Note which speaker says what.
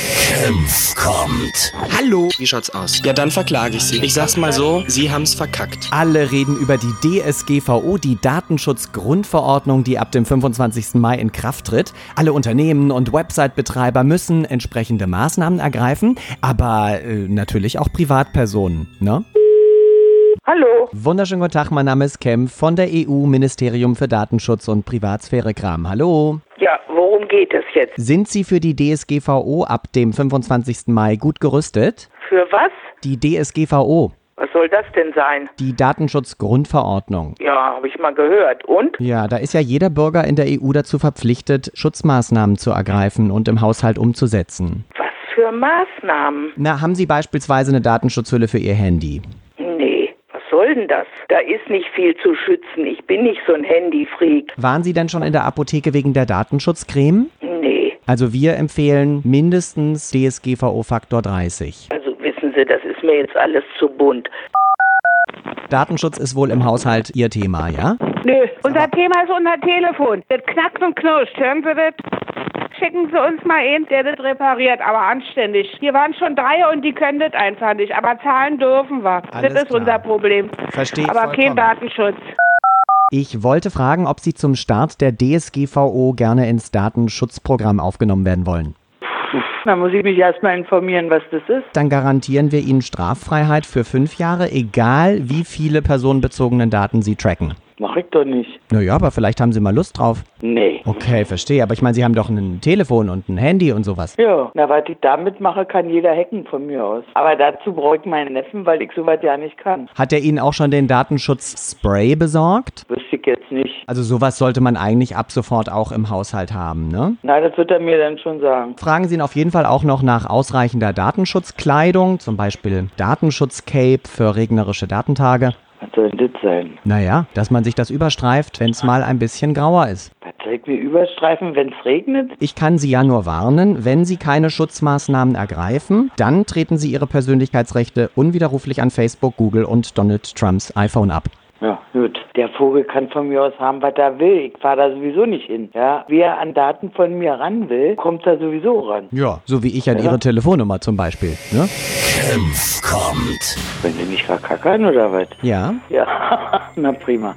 Speaker 1: Senf kommt.
Speaker 2: Hallo. Wie schaut's aus? Ja, dann verklage ich Sie. Ich sag's mal so, Sie haben's verkackt.
Speaker 3: Alle reden über die DSGVO, die Datenschutzgrundverordnung, die ab dem 25. Mai in Kraft tritt. Alle Unternehmen und Website-Betreiber müssen entsprechende Maßnahmen ergreifen, aber äh, natürlich auch Privatpersonen, ne?
Speaker 4: Hallo.
Speaker 3: Wunderschönen guten Tag, mein Name ist Kemp von der EU-Ministerium für Datenschutz und Privatsphäre Kram. Hallo.
Speaker 4: Ja, worum geht es jetzt?
Speaker 3: Sind Sie für die DSGVO ab dem 25. Mai gut gerüstet?
Speaker 4: Für was?
Speaker 3: Die DSGVO,
Speaker 4: Was soll das denn sein?
Speaker 3: die Datenschutzgrundverordnung.
Speaker 4: Ja, habe ich mal gehört. Und?
Speaker 3: Ja, da ist ja jeder Bürger in der EU dazu verpflichtet, Schutzmaßnahmen zu ergreifen und im Haushalt umzusetzen.
Speaker 4: Was für Maßnahmen?
Speaker 3: Na, haben Sie beispielsweise eine Datenschutzhülle für Ihr Handy?
Speaker 4: Nee, was soll denn das? Da ist nicht viel zu schützen. Ich bin nicht so ein Handyfreak.
Speaker 3: Waren Sie denn schon in der Apotheke wegen der Datenschutzcreme?
Speaker 4: Nee.
Speaker 3: Also wir empfehlen mindestens DSGVO Faktor 30.
Speaker 4: Also wissen Sie, das ist mir jetzt alles zu bunt.
Speaker 3: Datenschutz ist wohl im Haushalt Ihr Thema, ja?
Speaker 5: Nö, unser Thema ist unser Telefon. Das knackt und knirscht, hören Sie das? Schicken Sie uns mal einen, der das repariert, aber anständig. Hier waren schon drei und die können das einfach nicht, aber zahlen dürfen wir.
Speaker 3: Alles
Speaker 5: das ist
Speaker 3: klar.
Speaker 5: unser Problem.
Speaker 3: Verstehe ich
Speaker 5: aber
Speaker 3: vollkommen.
Speaker 5: kein Datenschutz.
Speaker 3: Ich wollte fragen, ob Sie zum Start der DSGVO gerne ins Datenschutzprogramm aufgenommen werden wollen.
Speaker 6: Da muss ich mich erstmal informieren, was das ist.
Speaker 3: dann garantieren wir Ihnen Straffreiheit für fünf Jahre, egal wie viele personenbezogenen Daten Sie tracken.
Speaker 6: Mach ich doch nicht.
Speaker 3: Naja, aber vielleicht haben Sie mal Lust drauf.
Speaker 6: Nee.
Speaker 3: Okay, verstehe. Aber ich meine, Sie haben doch ein Telefon und ein Handy und sowas.
Speaker 6: Ja, na, was ich damit mache, kann jeder hacken von mir aus. Aber dazu brauche ich meinen Neffen, weil ich sowas ja nicht kann.
Speaker 3: Hat er Ihnen auch schon den Datenschutzspray besorgt?
Speaker 6: Wüsste ich jetzt nicht.
Speaker 3: Also sowas sollte man eigentlich ab sofort auch im Haushalt haben, ne?
Speaker 6: Na, das wird er mir dann schon sagen.
Speaker 3: Fragen Sie ihn auf jeden Fall auch noch nach ausreichender Datenschutzkleidung, zum Beispiel Datenschutzcape für regnerische Datentage.
Speaker 6: Was soll denn das sein?
Speaker 3: Naja, dass man sich das überstreift, wenn es mal ein bisschen grauer ist.
Speaker 6: Was soll ich mir überstreifen, wenn es regnet?
Speaker 3: Ich kann Sie ja nur warnen, wenn Sie keine Schutzmaßnahmen ergreifen, dann treten Sie Ihre Persönlichkeitsrechte unwiderruflich an Facebook, Google und Donald Trumps iPhone ab.
Speaker 6: Ja, gut. Der Vogel kann von mir aus haben, was er will. Ich fahre da sowieso nicht hin. Ja, wer an Daten von mir ran will, kommt da sowieso ran.
Speaker 3: Ja. So wie ich an Ihre Telefonnummer zum Beispiel. Ne?
Speaker 1: Senf kommt.
Speaker 6: Wenn sie mich verkackern oder was?
Speaker 3: Ja.
Speaker 6: Ja, na prima.